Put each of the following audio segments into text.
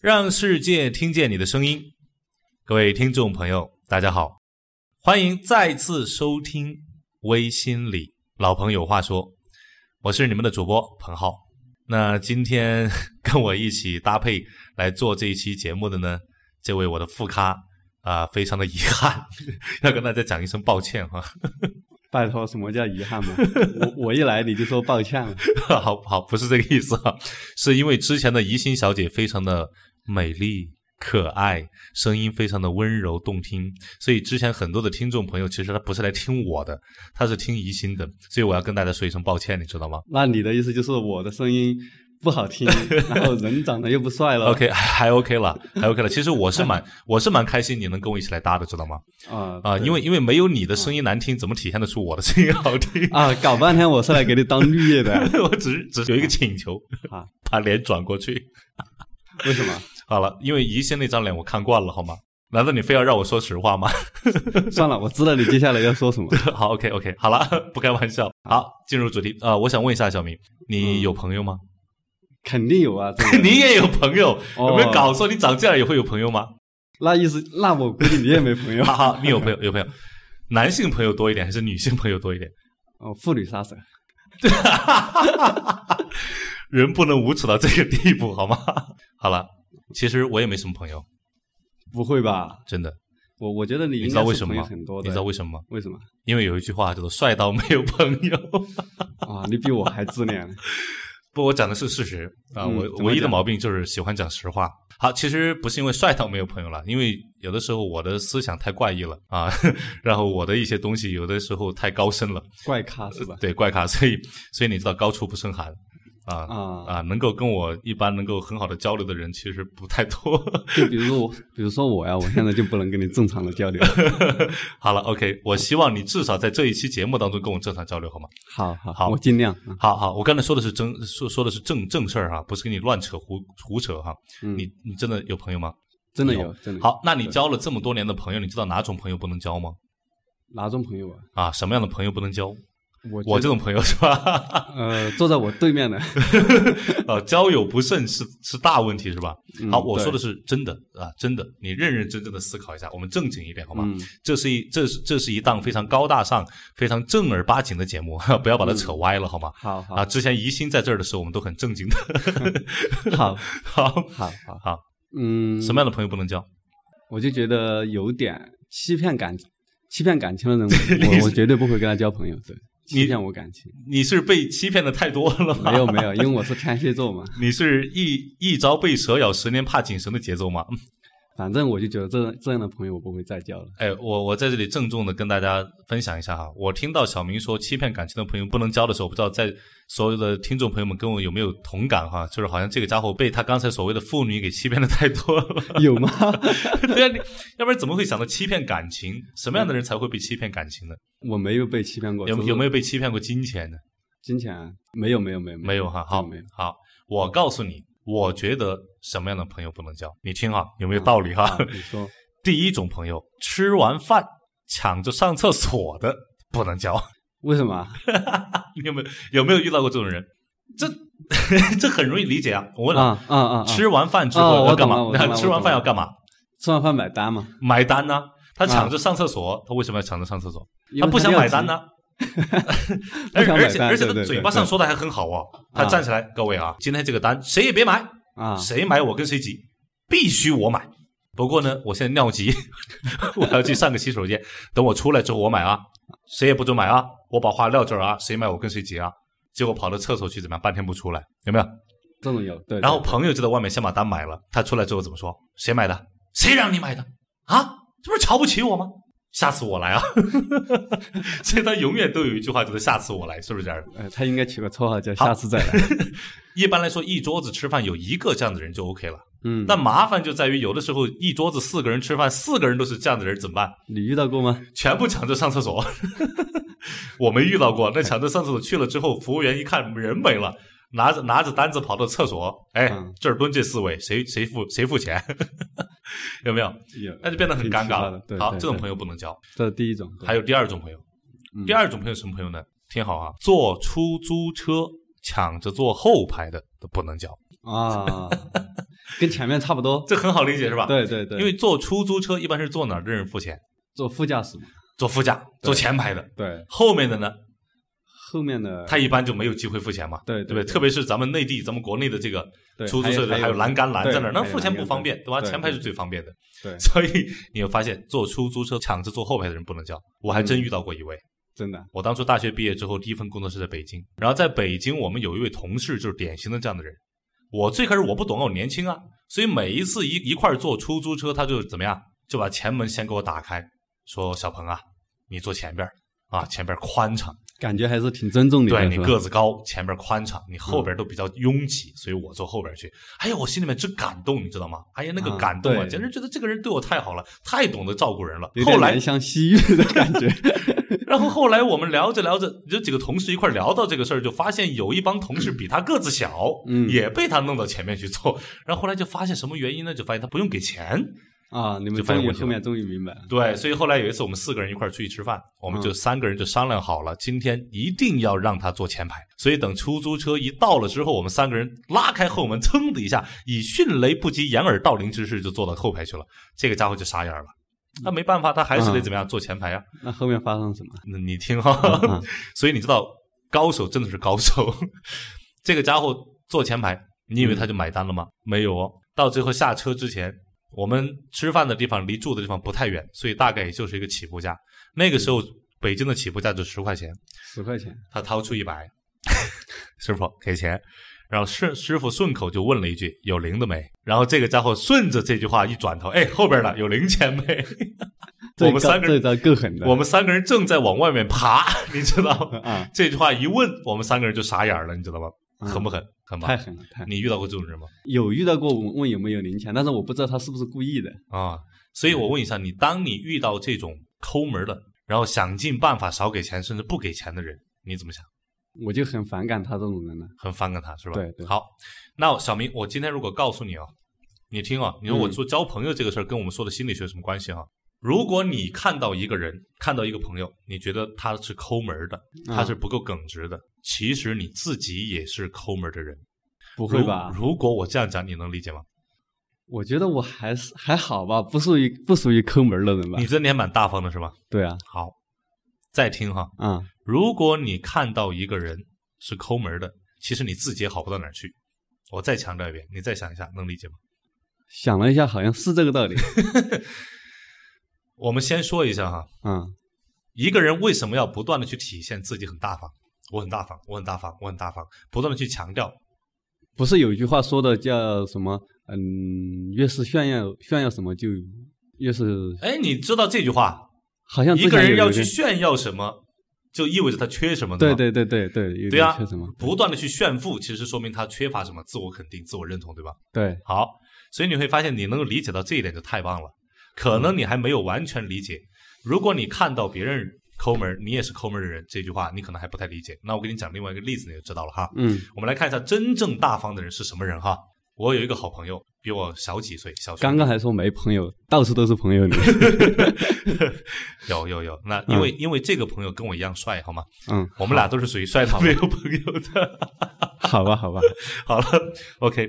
让世界听见你的声音。各位听众朋友，大家好，欢迎再次收听《微心理老朋友话说》，我是你们的主播彭浩。那今天跟我一起搭配来做这一期节目的呢，这位我的副咖啊、非常的遗憾， 要跟大家讲一声抱歉哈、拜托，什么叫遗憾嘛？我 我一来你就说抱歉了， 好好，不是这个意思啊，是因为之前的宜兴小姐非常的美丽。可爱，声音非常的温柔动听，所以之前很多的听众朋友其实他不是来听我的，他是听宜兴的，所以我要跟大家说一声抱歉，你知道吗那你的意思就是我的声音不 好听，然后人长得又不帅了？OK，还还 OK 了，还 OK 了。其实我是蛮我是蛮开心你能跟我一起来搭的，知道吗？啊啊、因为因为没有你的声音难听，怎么体现得出我的声音好听？ 啊，搞半天我是来给你当绿叶的 我只是只是有一个请求啊， 把脸转过去。为什么？好了，因为宜兴那张脸我看惯了，好吗？难道你非要让我说实话吗？ 算了，我知道你接下来要说什么。好，OK OK，好了， 不开玩笑。好，进入主题啊、呃我想问一下小明，嗯你有朋友吗？ 肯定有啊，这个你也有朋友？哦有没有搞错？你长这样也会有朋友吗？ 那意思，那我估计你也没朋友 哈。哈，你有朋友有朋友，男性朋友多一点还是女性朋友多一点？哦，妇女杀手，人不能无耻到这个地步，好吗？ 好了，其实我也没什么朋友，不会吧？真的。我我觉得你你应知道该为是什么朋友吗？很多的。你知道为什么吗？为什么？因为有一句话叫做“帅到没有朋友”。啊，你比我还自恋。 不，我讲的是事实啊、嗯怎我么唯一的讲毛病就是喜欢讲实话。好，其实不是因为帅到没有朋友了，因为有的时候我的思想太怪异了啊， 然后我的一些东西有的时候太高深了，怪咖是吧？对怪咖， 所以所以你知道高处不胜寒啊。啊，啊，能够跟我一般能够很好的交流的人其实不太多。 就比如说我，比如说我呀，我现在就不能跟你正常的交流。好了，OK，我希望你至少在这一期节目当中跟我正常交流，好吗？好好好我尽量。啊好好，我刚才说的是真说说的是正正事儿哈，不是跟你乱扯胡胡扯哈。嗯你你真的有朋友吗？真的有有，真的有好，那你交了这么多年的朋友，你知道哪种朋友不能交吗？哪种朋友啊？啊，什么样的朋友不能交？我我觉这种朋友是吧？ 得呃坐在我对面的，呃，交友不慎是是大问题是吧？嗯好，我对说的是真的啊，真的，你认认真真的思考一下，我们正经一点好吗？嗯这是一这是这是一档非常高大上、非常正儿八经的节目， 不要把它扯歪了好吗？好嗯好啊，之前宜兴在这儿的时候，我们都很正经的。好好，好好好，嗯，什么？样的朋友不能交？我就觉得有点欺骗感，欺骗感 情的人，我我绝对不会跟他交朋友。对，欺骗我感情，你是被欺骗的太多了吗？没有没有，因为我是天蝎座嘛，你是一一朝被蛇咬，十年怕井绳的节奏吗？反正我就觉得这这样的朋友我不会再交了。哎，我我在这里郑重的跟大家分享一下哈，我听到小明说欺骗感情的朋友不能交的时候，我不知道在所有的听众朋友们跟我有没有同感哈，就是好像这个家伙被他刚才所谓的妇女给欺骗的太多了。 有吗？ 对啊，你要不然怎么会想到欺骗感情？什么样的人才会被欺骗感情呢？我没有被欺骗过，有有没有有被欺骗过金钱呢？金钱啊？没有没有没有没有哈，好没有。好，我告诉你，我觉得什么样的朋友不能交，你听哈，有没有道理哈啊？你说 第一种朋友，吃完饭抢着上厕所的不能交，为什么 啊？你有没有有没有遇到过这种人？这 这很容易理解啊，我问了。啊啊啊！吃完饭之哦后我要干嘛？懂了我懂了 吃完饭要干嘛？吃完饭买单嘛，买单呢、他抢着上厕所，他为什么要抢着上厕所？因为他不想尿买急单呢、不而想而买且单而且对他对嘴对巴上对说的还很好哦，他啊站起来，各位啊，今天这个单谁也别买，啊，谁买我跟谁急，必须我买。不过呢，我现在尿急， 我要去上个洗手间。等我出来之后我买啊，谁也不准买啊，我把话撂这儿啊，谁买我跟谁急啊。结果跑到厕所去怎么样，半天不出来，有没有？这种有对。然后对朋友就在外面先把单买了，他出来之后怎么说？谁买的？谁让你买的？啊，这不是瞧不起我吗？下次我来啊！ 所以他永远都有一句话，就是下次我来，是不是这样？呃，他应该起个绰号叫“下次再来 一般来说，一桌子吃饭有一个这样的人就 OK 了。”。嗯，但麻烦就在于，有的时候一桌子四个人吃饭，四个人都是这样的人，怎么办？你遇到过吗？全部抢着上厕所。 我没遇到过，那抢着上厕所去了之后，服务员一看人没了，拿着拿着单子跑到厕所，哎嗯，这儿蹲这四位，谁谁付谁付钱？ 有没有？有，那就变得很尴尬挺奇葩的对好，对这种对朋友不能交。这是第一种。对还有第二种朋友，嗯第二种朋友什么朋友呢？听好啊，坐 出租车抢着坐后排的都不能交。啊，跟前面差不多。这很好理解是吧？对对对，啊因为坐出租车一般是坐哪儿的人付钱？坐副驾驶嘛。坐副驾，坐前排的，对，后面的呢，后面的他一般就没有机会付钱嘛，对对不对？特别是咱们内地，咱们国内的这个对出租车还的有还有栏杆拦在那儿，对那还有付钱栏杆不方便，对对吧？对前排是最方便的，对所以你会发现坐出租车抢着坐后排的人不能叫，我还真嗯遇到过一位。真的我当初大学毕业之后，第一份工作是在北京，然后在北京我们有一位同事就是典型的这样的人。我最开始我不懂啊，我年轻啊，所以每一次一一块儿坐出租车，他就怎么样，就把前门先给我打开，说小鹏啊，你坐前边儿啊，前边儿宽敞。感觉还是挺尊重你的，对你是吧嗯个子高，前边宽敞，你后边都比较拥挤，所以我坐后边去。哎呀，我心里面真感动，你知道吗？哎呀，那个啊感动啊，对简直觉得这个人对我太好了，太懂得照顾人了。有后点来怜，香惜玉的 感觉。然后后来我们聊着聊着，这几个同事一块聊到这个事儿，就发现有一帮同事比他个子小，嗯也被他弄到前面去坐。然后后来就发现什么原因呢？就发现他不用给钱，啊，你就们发现终于问题后了面终于明白了，对，所以后来有一次我们四个人一块儿出去吃饭，我们就嗯三个人就商量好了，今天一定要让他坐前排。所以等出租车一到了之后，我们三个人拉开后门，噌的一下，以迅雷不及掩耳盗铃之势就坐到后排去了。这个家伙就傻眼了。那没办法，他还是得嗯怎么样坐前排啊？那后面发生什么？那你听哈、啊 所以你知道高手真的是高手。 这个家伙坐前排，你以为他就买单了吗？没有哦，到最后下车之前，我们吃饭的地方离住的地方不太远，所以大概也就是一个起步价。那个时候北京的起步价就十块钱，十块钱，他掏出一百，师傅给钱。然后顺师傅顺口就问了一句：“有零的没？”然后这个家伙顺着这句话一转头，哎，后边的有零钱没？我们这三个招这人，招够狠的，我们三个人正在往外面爬，你知道吗？啊，这句话一问，我们三个人就傻眼儿了，你知道吗？狠不狠？狠吧嗯太！狠了，太狠了你遇到过这种人吗？有遇到过我问有没有零钱，但是我不知道他是不是故意的，啊，所以我问一下你，当你遇到这种抠门的，然后想尽办法少给钱，甚至不给钱的人，你怎么想？我就很反感他这种人了。很反感他是吧？对对好，那小明，我今天如果告诉你啊，你听啊，你说我嗯做交朋友这个事儿跟我们说的心理学有什么关系啊？如果你看到一个人，看到一个朋友，你觉得他是抠门的，嗯他啊是不够耿直的，其实你自己也是抠门的人。不不会吧？如果我这样讲，你能理解吗？我觉得我还是还好吧，不属于不属于抠门儿的人吧你？真的还蛮大方的，是吧？对啊，好，再听哈。啊、如果你看到一个人是抠门的，其实你自己也好不到哪儿去。我再强调一遍，你再想一下，能理解吗？想了一下，好像是这 个道理。我们先说一下哈，嗯，一个人为什么要不断的去体现自己很大方？我很大方，我很大方，我很大方，不断的去强调。不是有一句话说的叫什么？嗯，越是炫耀炫耀什么，就越是哎，你知道这句话，好像之一个前人有要一去炫耀什么，就意味着他缺什么， 对吧？对对对对，有对啊呀、点缺什么？不断的去炫富，其实说明他缺乏什么自我肯定、自我认同，对吧？对，好，所以你会发现，你能够理解到这一点就太棒了。可能你还没有完全理解，如果你看到别人抠门儿，你也是抠门儿的人，这句话你可能还不太理解。那我给你讲另外一个例子，你就知道了哈。嗯我们来看一下真正大方的人是什么人哈。我有一个好朋友，比我小几岁，小学刚刚还说没朋友，到处都是朋友 你。有有有。那因为、因为这个朋友跟我一样帅，好吗？嗯，我们俩都是属于帅到没有朋友的。好吧，好吧， 好了，OK。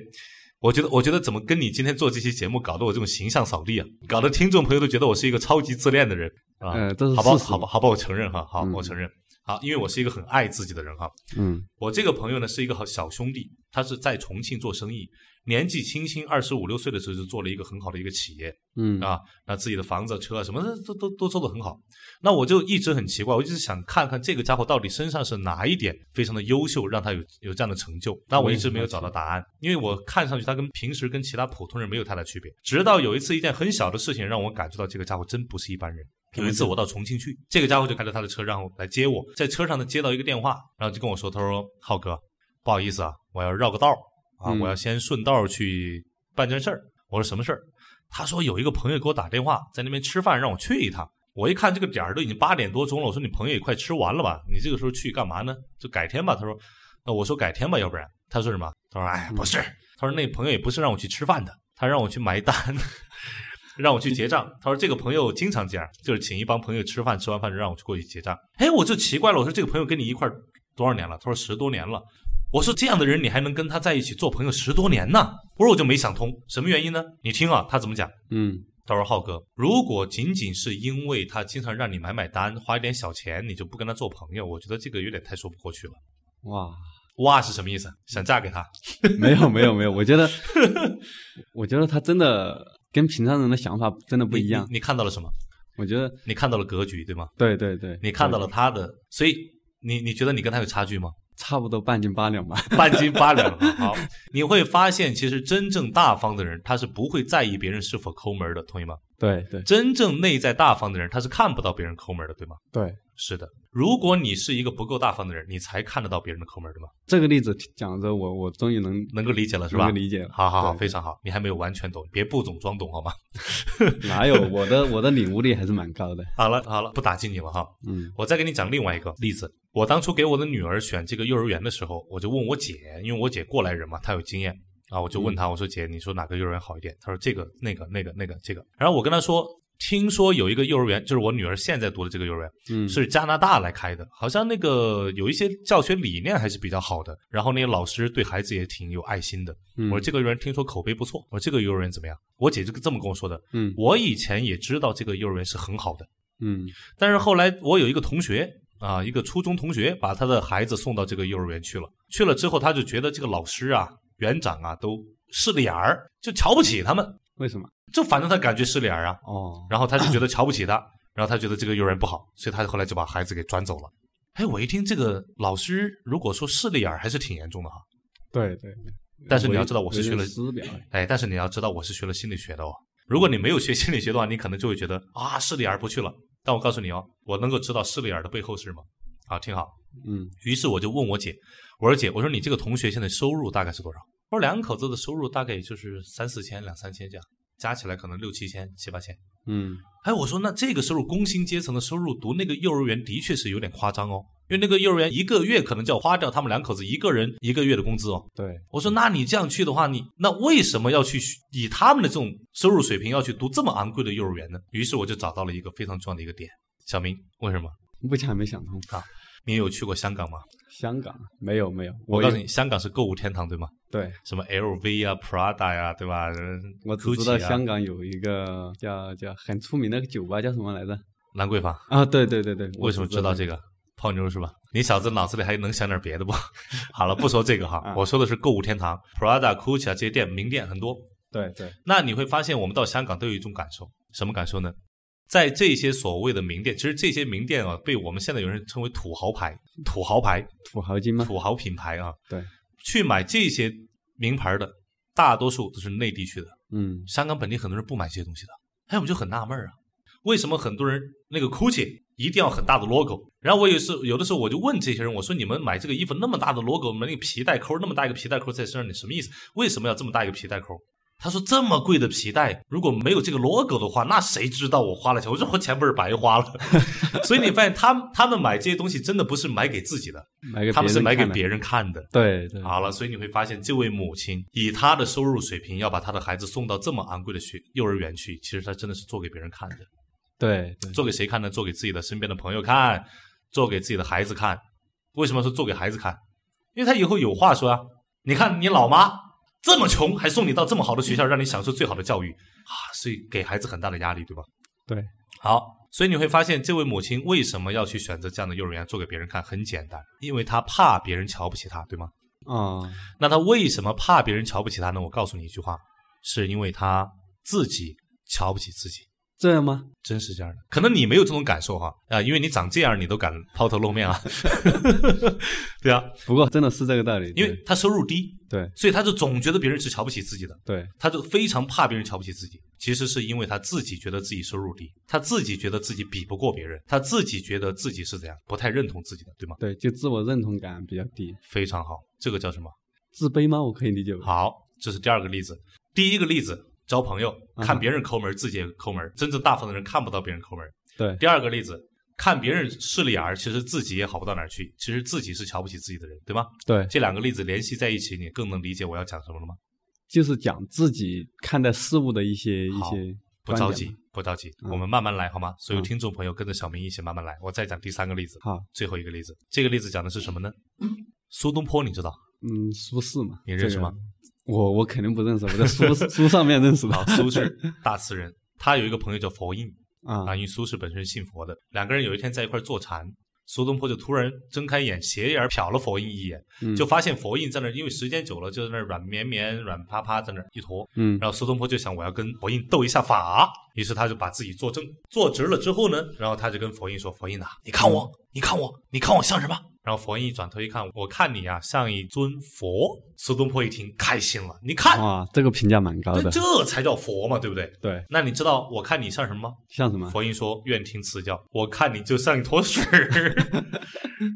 我觉得，我觉得怎么跟你今天做这期节目，搞得我这种形象扫地啊，搞得听众朋友都觉得我是一个超级自恋的人啊。呃这是好吧，事实好吧，好吧，我承认哈，好，嗯我承认。好，因为我是一个很爱自己的人哈。嗯我这个朋友呢是一个好小兄弟，他是在重庆做生意，年纪轻轻二十五六岁的时候就做了一个很好的一个企业，嗯啊，那自己的房子、车啊什么的都都都做得很好。那我就一直很奇怪，我就是想看看这个家伙到底身上是哪一点非常的优秀，让他有有这样的成就。那我一直没有找到答案，因为我看上去他跟平时跟其他普通人没有太大区别。直到有一次一件很小的事情让我感觉到这个家伙真不是一般人。有一次我到重庆去，这个家伙就开着他的车让我来接我，在车上呢接到一个电话，然后就跟我说，他说：“浩哥，不好意思啊，我要绕个道儿啊，嗯我要先顺道儿去办件事儿。”我说：“什么事儿？”他说有一个朋友给我打电话，在那边吃饭，让我去一趟。我一看这个点儿都已经八点多钟了，我说你朋友也快吃完了吧？你这个时候去干嘛呢？就改天吧。他说，那我说改天吧，要不然。他说什么？他说哎，不是。他说那朋友也不是让我去吃饭的，他让我去埋单， 让我去结账。他说这个朋友经常这样，就是请一帮朋友吃饭，吃完饭就让我去过去结账。哎，我就奇怪了，我说这个朋友跟你一块儿多少年了？他说十多年了。我说这样的人你还能跟他在一起做朋友十多年呢？我说我就没想通，什么原因呢？你听啊，他怎么讲？嗯他说：“浩哥，如果仅仅是因为他经常让你买买单，花一点小钱，你就不跟他做朋友，我觉得这个有点太说不过去了。哇，”哇是什么意思？想嫁给他？没有没有没有，我 觉得我觉得他真的跟平常人的想法真的不一样你。你。你看到了什么？我觉得你看到了格局，对吗？对对对，你看到了他的，所以你你觉得你跟他有差距吗？差不多半斤八两吧。半斤八两了。好， 你会发现，其实真正大方的人，他是不会在意别人是否抠门的，同意吗？对对真正内在大方的人，他是看不到别人抠门的，对吗？对，是的。如果你是一个不够大方的人，你才看得到别人的抠门，对吗？这个例子讲着我我终于能能够理解了，是能吧？够理解了。好好好，对非常好，你还没有完全懂，别不懂装懂好吗？哪有我 的我的领悟力还是蛮高的。好了好了，不打击你了哈。嗯我再给你讲另外一个例子。我当初给我的女儿选这个幼儿园的时候，我就问我姐，因为我姐过来人嘛，她有经验啊，我就问嗯她，我说姐，你说哪个幼儿园好一点？她说这个、那个、那个、那个、这个。然后我跟她说，听说有一个幼儿园，就是我女儿现在读的这个幼儿园，嗯是加拿大来开的，好像那个有一些教学理念还是比较好的，然后那些老师对孩子也挺有爱心的。嗯我说这个幼儿园听说口碑不错，我说这个幼儿园怎么样？我姐就这么跟我说的。嗯我以前也知道这个幼儿园是很好的，嗯但是后来我有一个同学啊，一个初中同学把他的孩子送到这个幼儿园去了，去了之后他就觉得这个老师啊、园长啊都势利眼儿，就瞧不起他们，为什么？就反正他感觉势利眼儿啊，哦，然后他就觉得瞧不起他，然后他觉得这个幼儿园不好，所以他后来就把孩子给转走了。哎，我一听这个老师，如果说势利眼儿还是挺严重的哈。对对。但是你要知道我是有学点了私表，哎，但是你要知道，我是学了心理学的哦。如果你没有学心理学的话，你可能就会觉得啊，势利而不去了。但我告诉你哦，我能够知道势利而的背后是什么。好，听好。嗯于是我就问我姐，我说姐，我说你这个同学现在收入大概是多少？我说两口子的收入大概也就是三四千、两三千这样，加起来可能六七千、七八千。嗯哎，我说那这个收入，工薪阶层的收入读那个幼儿园的确是有点夸张哦，因为那个幼儿园一个月可能就要花掉他们两口子一个人一个月的工资哦。对，我说，那你这样去的话，你那为什么要去以他们的这种收入水平要去读这么昂贵的幼儿园呢？于是我就找到了一个非常重要的一个点，小明，为什么？目前还没想通。你有去过香港吗？香港没有没有，我有告诉你，香港是购物天堂，对吗？对什么 LV 啊、Prada 呀、对吧？呃我只 Gucci 知道香啊、港有一个叫叫很出名的酒吧，叫什么来着？兰桂坊，啊，对对对对，我为什么知道这这个？泡妞是吧？你小子脑子里还能想点别的不？ 好了，不说这个哈啊，我说的是购物天堂，Prada、Gucci 啊这些店名店很多，对对，那你会发现，我们到香港都有一种感受，什么感受呢？在这些所谓的名店，其实这些名店啊，被我们现在有人称为土豪牌、土豪牌、土豪金吗？土豪品牌啊，嗯对，去买这些名牌的，大多数都是内地去的，嗯香港本地很多人不买这些东西的。哎，我就很纳闷儿啊，为什么很多人那个 GUCCI 一定要很大的 logo？然后我有时有的时候我就问这些人，我说你们买这个衣服那么大的 logo，那个皮带扣那么大一个皮带扣在身上，你什么意思？为什么要这么大一个皮带扣？他说这么贵的皮带，如果没有这个 logo 的话，那谁知道我花了钱？我这花钱不是白花了？ 所以你发现他们他们买这些东西真的不是买给自己的，买给他们是买给人别人看的。看的。对对，好了，所以你会发现，这位母亲以她的收入水平，要把她的孩子送到这么昂贵的学幼儿园去，其实她真的是做给别人看的。对对，做给谁看呢？做给自己的身边的朋友看，做给自己的孩子看。为什么说做给孩子看？因为他以后有话说啊。你看你老妈这么穷，还送你到这么好的学嗯校，让你享受最好的教育啊，所以给孩子很大的压力，对吧？对。好，所以你会发现，这位母亲为什么要去选择这样的幼儿园做给别人看？很简单，因为她怕别人瞧不起她，对吗？啊，那他为什么怕别人瞧不起他呢？我告诉你一句话，是因为他自己瞧不起自己，这样吗？真是这样的。可能你没有这种感受哈，啊、因为你长这样，你都敢抛头露面啊， 对啊，不过真的是这个道理，因为他收入低，对所以他就总觉得别人是瞧不起自己的，对他就非常怕别人瞧不起自己。其实是因为他自己觉得自己收入低，他自己觉得自己比不过别人，他自己觉得自己是怎样，不太认同自己的，对吗？对，就自我认同感比较低，非常好，这个叫什么？自卑吗？我可以理解为好，这是第二个例子。第一个例子，交朋友，嗯看别人抠门儿，自己也抠门儿。真正大方的人看不到别人抠门儿。对第二个例子，看别人势利眼儿，其实自己也好不到哪儿去，其实自己是瞧不起自己的人，对吗？对，这两个例子联系在一起，你更能理解我要讲什么了吗？就是讲自己看待事物的一些一好些不观着点急嘛。，不着急，嗯我们慢慢来好吗？所有嗯听众朋友跟着小明一起慢慢来。我再讲第三个例子，好，最后一个例子。这个例子讲的是什么呢？苏东坡，你知道？嗯，苏轼嘛，你认识吗？这个我我肯定不认识，我在书 书上面认识的啊，苏轼大词人，他有一个朋友叫佛印啊，啊因为苏轼本身是信佛的，两个人有一天在一块儿坐禅，苏东坡就突然睁开眼，斜眼儿瞟了佛印一眼，嗯就发现佛印在那儿，因为时间久了就在那儿软绵绵、软趴趴，在那儿一坨。嗯然后苏东坡就想，我要跟佛印斗一下法，于是他就把自己坐正，坐直了之后呢，然后他就跟佛印说：“佛印啊，你看我，你看我，你看我像什么？”然后佛印一转头一看，我看你啊，像一尊佛。苏东坡一听开心了，你看， 哇，这个评价蛮高对哦的，这才叫佛嘛，对不对？对，那你知道我看你像什么吗？像什么？佛印说：“愿听此教。”我看你就像一坨屎。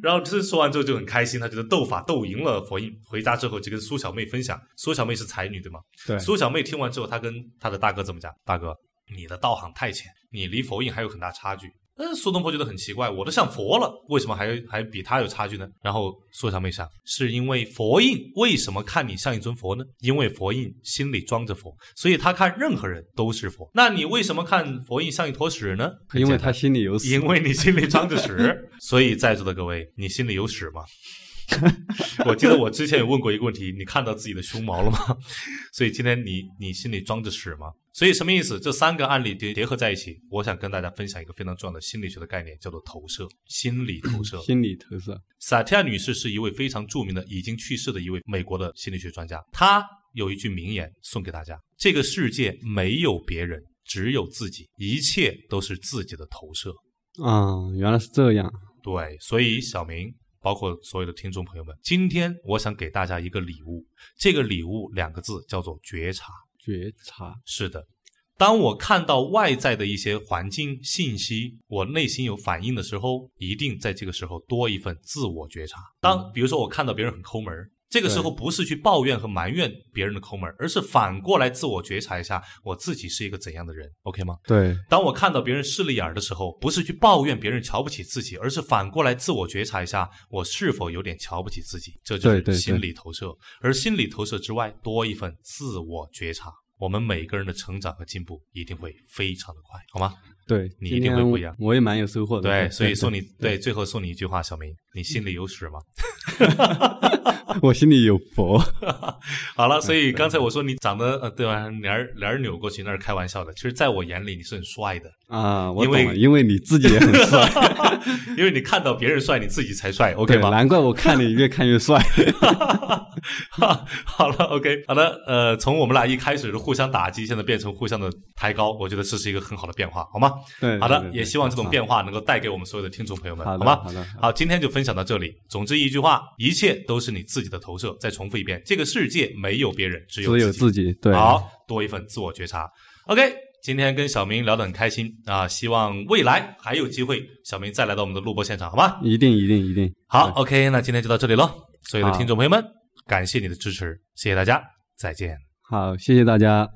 然后这说完之后就很开心，他觉得斗法斗赢了佛印。回家之后就跟苏小妹分享，苏小妹是才女对吗？对，苏小妹听完之后，她跟她的大哥怎么讲？大哥，你的道行太浅，你离佛印还有很大差距。但是苏东坡觉得很奇怪，我都像佛了，为什么还还比他有差距呢？然后苏小妹想，是因为佛印为什么看你像一尊佛呢？因为佛印心里装着佛，所以他看任何人都是佛。那你为什么看佛印像一坨屎呢？很因为简单他心里有屎，因为你心里装着屎，所以在座的各位，你心里有屎吗？ 我记得我之前有问过一个问题，你看到自己的胸毛了吗？ 所以今天你你心里装着屎吗？所以什么意思？这三个案例叠结合在一起，我想跟大家分享一个非常重要的心理学的概念，叫做投射，心理投 射。心理投射。萨提亚女士是一位非常著名的、已经去世的一位美国的心理学专家。她有一句名言送给大家：这个世界没有别人，只有自己，一切都是自己的投射。啊，原来是这样。对，所以小明，包括所有的听众朋友们，今天我想给大家一个礼物，这个礼物两个字叫做觉察。觉察，是的，当我看到外在的一些环境信息，我内心有反应的时候，一定在这个时候多一份自我觉察。当比如说我看到别人很抠门儿。这个时候不是去抱怨和埋怨别人的抠门儿，而是反过来自我觉察一下，我自己是一个怎样的人，OK 吗？对，当我看到别人势利眼儿的时候，不是去抱怨别人瞧不起自己，而是反过来自我觉察一下，我是否有点瞧不起自己？这就对对是对心理投射。而心理投射之外，多一份自我觉察，我们每个人的成长和进步一定会非常的快，好吗？对，你今一定会天不一样我也蛮有收获的。对，所以送你对对，最后送你一句话，小明，你心里有屎吗？ 我心里有佛。好嗯了，所以刚才我说你长得呃，对吧？脸儿脸儿扭过去，那是开玩笑的。其实，在我眼里你是很帅 的， 啊，我因懂为了，因为你自己也很帅，因为你看到别人帅，你自己才帅，OK 对吗？难怪我看你越看越 帅。哈，好了，OK，好的，呃，从我们俩一开始是互相打击，现在变成互相的抬高，我觉得这是一个很好的变化，好吗？对，好的对，对也希望这种变化能够带给我们所有的听众朋友们，好的吗？好的好，今天就分享到这里。总之一句话，一切都是你自己的投射。再重复一遍，这个世界没有别人，只有只有自自己。对，好，多一份自我觉察。OK，今天跟小明聊得很开心啊、希望未来还有机会，小明再来到我们的录播现场，好吗？一定一定一定。好，OK，那今天就到这里喽。所有的好听众朋友们，感谢你的支持，谢谢大家，再见。好，谢谢大家。